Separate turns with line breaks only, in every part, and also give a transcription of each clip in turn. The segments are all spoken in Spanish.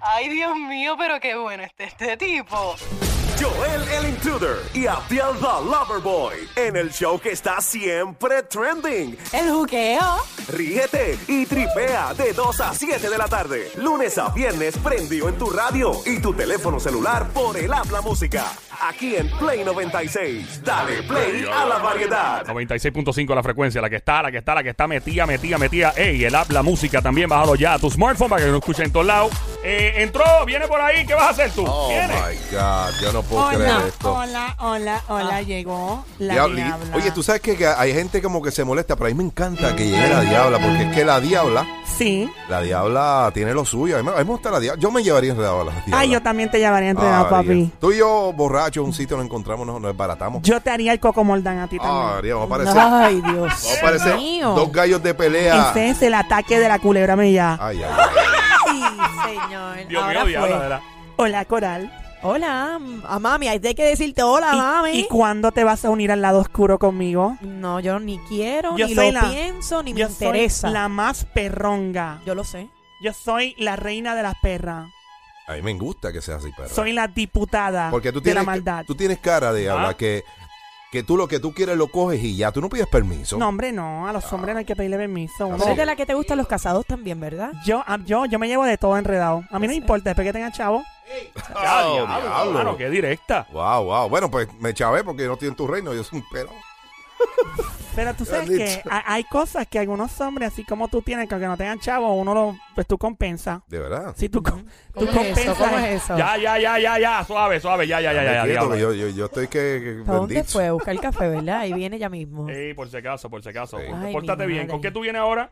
Ay, Dios mío, pero qué bueno este, este tipo.
Joel el Intruder y Abdiel the Loverboy en el show que está siempre trending.
El juqueo.
Ríete y tripea de 2 a 7 de la tarde. Lunes a viernes prendió en tu radio y tu teléfono celular por el habla música. Aquí en Play 96. Dale play a la variedad.
96.5 la frecuencia, la que está, la que está, la que está metida, metida, metida. Ey, el app, la música también bájalo ya a tu smartphone para que no escuchen en todos lados. Eh, entró, viene por ahí, ¿qué vas a hacer tú?
Oh
Viene.
my God, yo no puedo creer
Hola,
esto.
hola, hola, hola, llegó la
Diabli-
diabla.
Oye, tú sabes que, que hay gente como que se molesta, pero a mí me encanta que llegue la diabla, porque es que la diabla,
Sí.
la diabla tiene lo suyo. A mí, me- a mí me gusta la diabla. Yo me llevaría enredado a la diabla.
Ay, yo también te llevaría entrenado,
Ah,
papi.
María. Tú y yo, borrachos, un sitio nos encontramos, nos, nos desbaratamos.
Yo te haría el coco moldán a ti
Ah,
también.
María, vamos a parecer,
Ay, Dios.
vamos a parecer
mío.
dos gallos de pelea.
Ese es el ataque de la culebra mellada.
Ay, ay, ay.
Sí, señor.
Dios
Ahora
mío, diabla,
fue.
¿verdad?
Hola, Coral.
Hola, m- a mami, hay que decirte hola,
¿Y-
mami.
¿Y, cuándo te vas a unir al lado oscuro conmigo?
no, yo ni quiero,
Yo
ni
soy
lo
la-
pienso, ni me
yo
interesa.
soy la más perronga.
Yo lo sé.
Yo soy la reina de las perras.
A mí me gusta que seas así, perra.
Soy la diputada
Porque tú
de la
tienes,
maldad.
tú tienes cara de
Ah.
habla que, que tú lo que tú quieres lo coges y ya. Tú no pides permiso.
No, hombre, no. A
Ah.
los hombres no hay que pedirle
Así
permiso. uno-
Pero
Sí.
eres de la que te gustan los casados también, ¿verdad?
Yo, ah, yo, yo me llevo de todo enredado. A mí no me importa, después que tenga chavo.
Oh,
Ya, diablo,
diablo.
hermano, qué directa.
Wow, wow. Bueno, pues me chavé porque yo no estoy en tu reino. Yo soy un perro.
Pero tú sabes
Has
que
dicho.
ha- hay cosas que algunos hombres, así como tú tienes, que aunque no tengan chavo, uno lo, pues tú compensa.
De verdad.
Si tú, com- tú
¿Cómo es eso?
compensas.
¿Cómo es eso?
Ya, ya, ya, ya, ya, suave, suave, ya, ya, ya, ya, ya,
Dame quieto,
diabla.
que yo, yo, yo estoy que, que
¿Para dónde
bendito.
fue? A buscar el café, ¿verdad? Ahí viene ya mismo.
Ey, por si acaso, por si acaso.
Sí.
Pórtate
Ay,
Pórtate
mi
bien.
madre.
¿Con qué tú vienes ahora?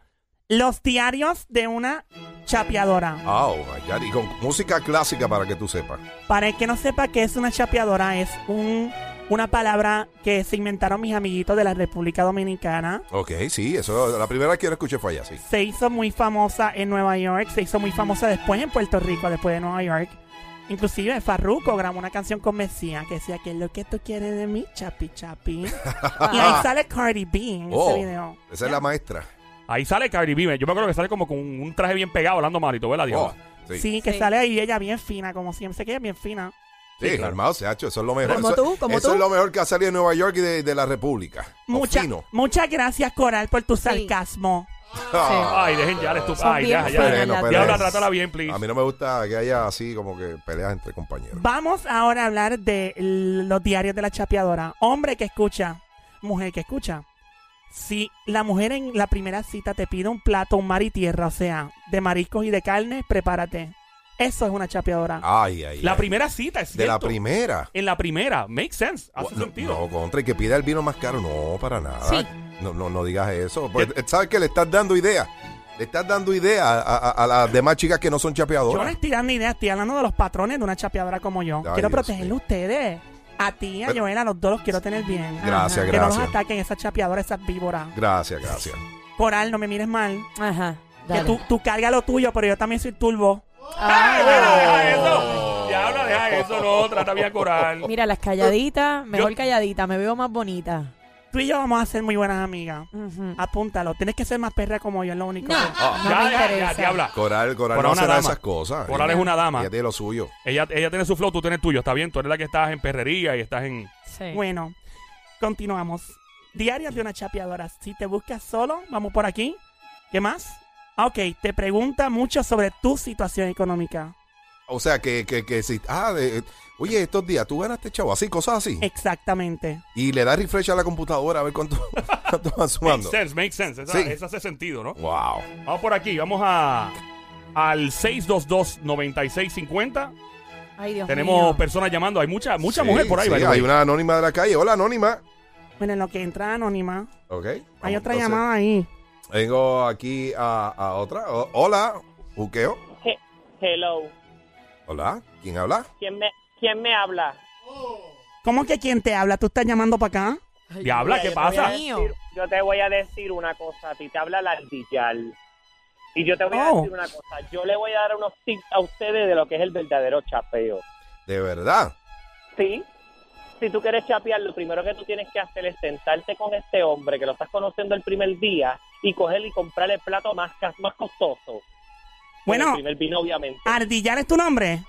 Los diarios de una chapeadora.
Oh, my God. Y con música clásica para que tú sepas.
Para el que no sepa qué es una chapeadora, es un, una palabra que se inventaron mis amiguitos de la República Dominicana.
Ok, sí. Eso, la primera vez que yo la escuché fue allá, sí.
Se hizo muy famosa en Nueva York, se hizo muy famosa después en Puerto Rico, después de Nueva York. Inclusive Farruko grabó una canción con Mesías que decía que es lo que tú quieres de mí, chapi chapi. y ahí sale Cardi B en
Oh.
ese video.
Esa es la maestra.
Ahí sale Cardi B. Yo me acuerdo que sale como con un traje bien pegado, hablando malito, ¿verdad, diabla?
Oh, sí.
Sí, que
Sí.
sale ahí ella bien fina, como siempre se queda bien fina.
Sí,
Sí, claro.
hermano, se ha hecho. Eso es lo mejor.
Como
eso,
tú, como
eso
tú.
es lo mejor que ha salido de Nueva York y de, de la República.
Mucha-
Fino.
muchas gracias, Coral, por tu
Sí.
sarcasmo.
Ah,
Ay, dejen ya, estup...
Son
Ay,
bien
ya,
feas
ya.
Pero, Ah,
las
pero-
Diabla,
dos.
trátala bien, please.
A mí no me gusta que haya así como que peleas entre compañeros.
Vamos ahora a hablar de los diarios de la chapeadora. Hombre que escucha, mujer que escucha. Si la mujer en la primera cita te pide un plato, un mar y tierra, o sea, de mariscos y de carne, prepárate. Eso es una chapeadora.
Ay, ay.
La
ay.
primera cita, es
De la
cierto.
primera.
En la primera. Makes sense. Hace
no,
sentido.
no, contra, y que pida el vino más caro. No, para nada.
Sí.
No, no, no digas eso. Pues, ¿Sabes que Le estás dando ideas. Le estás dando ideas a, a- a las demás chicas que no son
Yo no
chapeadoras.
estoy dando ideas, estoy hablando de los patrones de una chapeadora como yo.
Ay,
quiero
Dios
protegerle
mío.
a ustedes. A ti, a
Pero-
Joel, a los dos los quiero tener bien.
Gracias,
Que no los
gracias.
ataquen esas chapeadoras, esas víboras.
Gracias, gracias.
Coral, no me mires mal.
Ajá.
Que tú, tú cargas lo tuyo, pero yo también soy turbo.
Ay,
Ah.
Ay,
bueno, deja eso. Diabla, deja eso. No, trata bien a coral.
mira, las calladitas, mejor calladita, me veo más bonita.
Tú y yo vamos a ser muy buenas amigas.
Ujú.
Ah,
Apúntalo, tienes que ser más perra como yo, es lo único.
No, no
ya,
me
ya,
interesa.
ya, diabla.
Coral, Coral
Coral
no
una
será
dama.
esas cosas.
Coral es una dama.
Ella tiene lo suyo.
Ella, ella tiene su flow, tú tienes tuyo, está bien. Tú eres la que estás en perrería y estás en.
Sí.
Bueno, continuamos. Diarios de una chapeadora. Si te buscas solo, vamos por aquí. ¿Qué más? Ah, Ok, te pregunta mucho sobre tu situación económica.
O sea, que, que, que si. Ah, de- oye, estos días tú ganaste, chavo, así, cosas así.
Exactamente.
Y le da refresh a la computadora a ver cuánto, cuánto van
Makes
sumando.
sense, makes sense. Esa,
Sí.
esa hace sentido, ¿no?
Wow.
Vamos por aquí, vamos a. Al 622-9650.
Ay, Dios
Tenemos
mío.
personas llamando. Hay mucha, mucha
Sí,
mujer por ahí,
sí,
by the way.
Hay una anónima de la calle. Hola, anónima.
Bueno, en lo que entra anónima,
Ok.
hay
vamos,
otra
entonces.
llamada ahí.
Tengo aquí a, a otra. O- hola, Uqueo.
Hello.
Hola, ¿quién habla?
¿Quién me, quién me habla?
¿Cómo que quién te habla? ¿Tú estás llamando para acá?
Diabla, ¿qué
Eh, Yo te voy a
pasa?
decir- Yo te voy a decir una cosa a ti. Te habla la ardillal. Y yo te voy a
Oh.
decir una cosa. Yo le voy a dar unos tips a ustedes de lo que es el verdadero chapeo.
De verdad.
¿Sí? Si tú quieres chapear, lo primero que tú tienes que hacer es sentarte con este hombre que lo estás conociendo el primer día y coger y comprarle el plato más, ca- más costoso.
Bueno. ah,
el primer vino, obviamente.
Ardillal es tu nombre.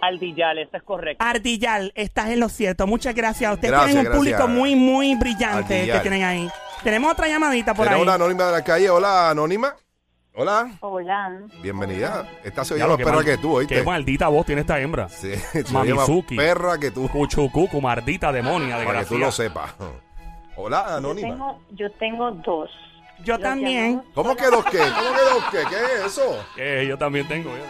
Ardillal, eso es correcto.
Ardillal, estás en lo cierto. Muchas gracias. Ustedes
Gracias,
tienen un
gracias.
público muy, muy brillante
Ardillal.
que tienen ahí. Tenemos otra llamadita por
Tenemos una
ahí.
anónima de la calle. Hola, anónima. Hola.
Hola.
Bienvenida. Esta se oye
Ya lo
más
que
perra
mal-
que tú,
Qué
¿oíste?
maldita voz tiene esta hembra.
Sí, se oye más
Mamizuki.
perra que tú.
Cuchucucu, mardita, demonia,
Para que tú lo
desgraciada.
sepas. Hola,
Yo
anónima.
tengo, yo tengo dos.
Yo
Los
también.
llamamos-
¿Cómo que dos qué? ¿Cómo que dos qué? ¿Qué es eso?
Eh, yo también tengo, yo.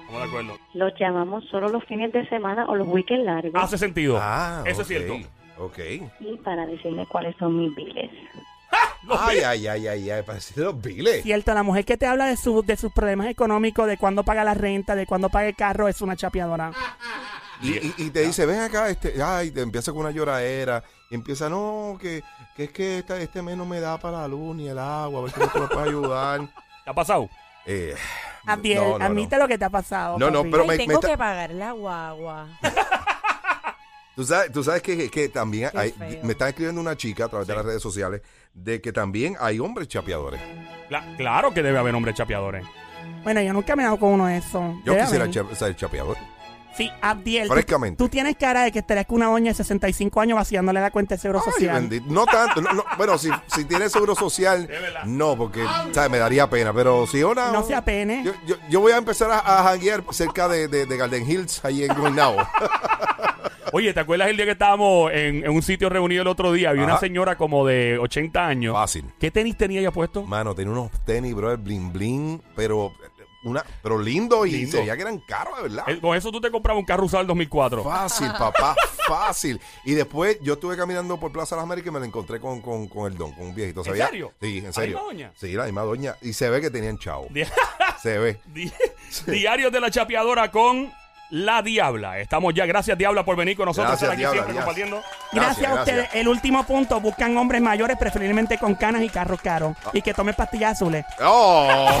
Estamos de acuerdo.
Los llamamos solo los fines de semana o los weekends largos.
Ah.
Hace sentido. Eso
ok,
es cierto.
Ok.
Y para decirles cuáles son mis biles.
Ay, ay, ay, ay, ay, parece los biles.
Cierto, la mujer que te habla de, sus de sus problemas económicos, de cuándo paga la renta, de cuándo paga el carro, es una chapeadora.
Y, y- y te dice, ven acá, este, ay, te empieza con una lloradera. Y empieza, no, que, que es que esta- este mes no me da para la luz ni el agua, a ver si tú me puedes ayudar.
¿Te ha pasado?
Eh,
Abdiel,
no, no, no.
admite lo que te ha pasado.
No, no,
papi.
pero
Ay,
me-
tengo
me está-
que pagar la guagua.
Tú sabes, tú sabes que, que- que también
Qué
hay-
feo.
me está escribiendo una chica a través de las redes sociales de que también hay hombres chapeadores.
Cla- claro que debe haber hombres chapeadores.
Bueno, yo nunca me he dado con uno de esos.
Yo
Debe
quisiera
haber.
cha- ser chapeador.
Sí, Abdiel. tú-
Francamente.
Tú, tienes cara de que estarías con una doña de 65 años vaciándole la cuenta de seguro
Ay,
social.
bendito. No tanto. no, no. Bueno, si, si tiene seguro social, no, porque ¿sabes? me daría pena. Pero si una.
No se apene.
Yo, yo- yo voy a empezar a, a janguear cerca de, de, de Garden Hills, ahí en Guaynabo.
Oye, ¿te acuerdas el día que estábamos en, en un sitio reunido el otro día? Había una
Ajá.
señora como de 80 años.
Fácil.
¿Qué tenis tenía ella puesto?
Mano, tenía unos tenis, brother, bling bling, pero, una, pero lindo y
Lindo.
se veía que eran caros, de verdad.
Eh, Con eso tú te comprabas un carro usado del 2004.
Fácil, papá, fácil. Y después yo estuve caminando por Plaza de las Américas y me la encontré con, con, con el don, con un viejito. ¿se
¿En
veía?
serio?
Sí,
¿La
en serio.
misma doña?
Sí, la misma doña. Y se ve que tenían chavo.
Di-
Se ve.
di- Diarios de la chapeadora con la Diabla. Estamos ya. Gracias, Diabla, por venir con nosotros.
Gracias,
estar aquí
Diabla,
siempre
gracias.
compartiendo.
Gracias, a ustedes.
gracias.
El último punto, buscan hombres mayores, preferiblemente con canas y carros caros.
Ah.
Y que tomen pastillas azules.
¡Oh!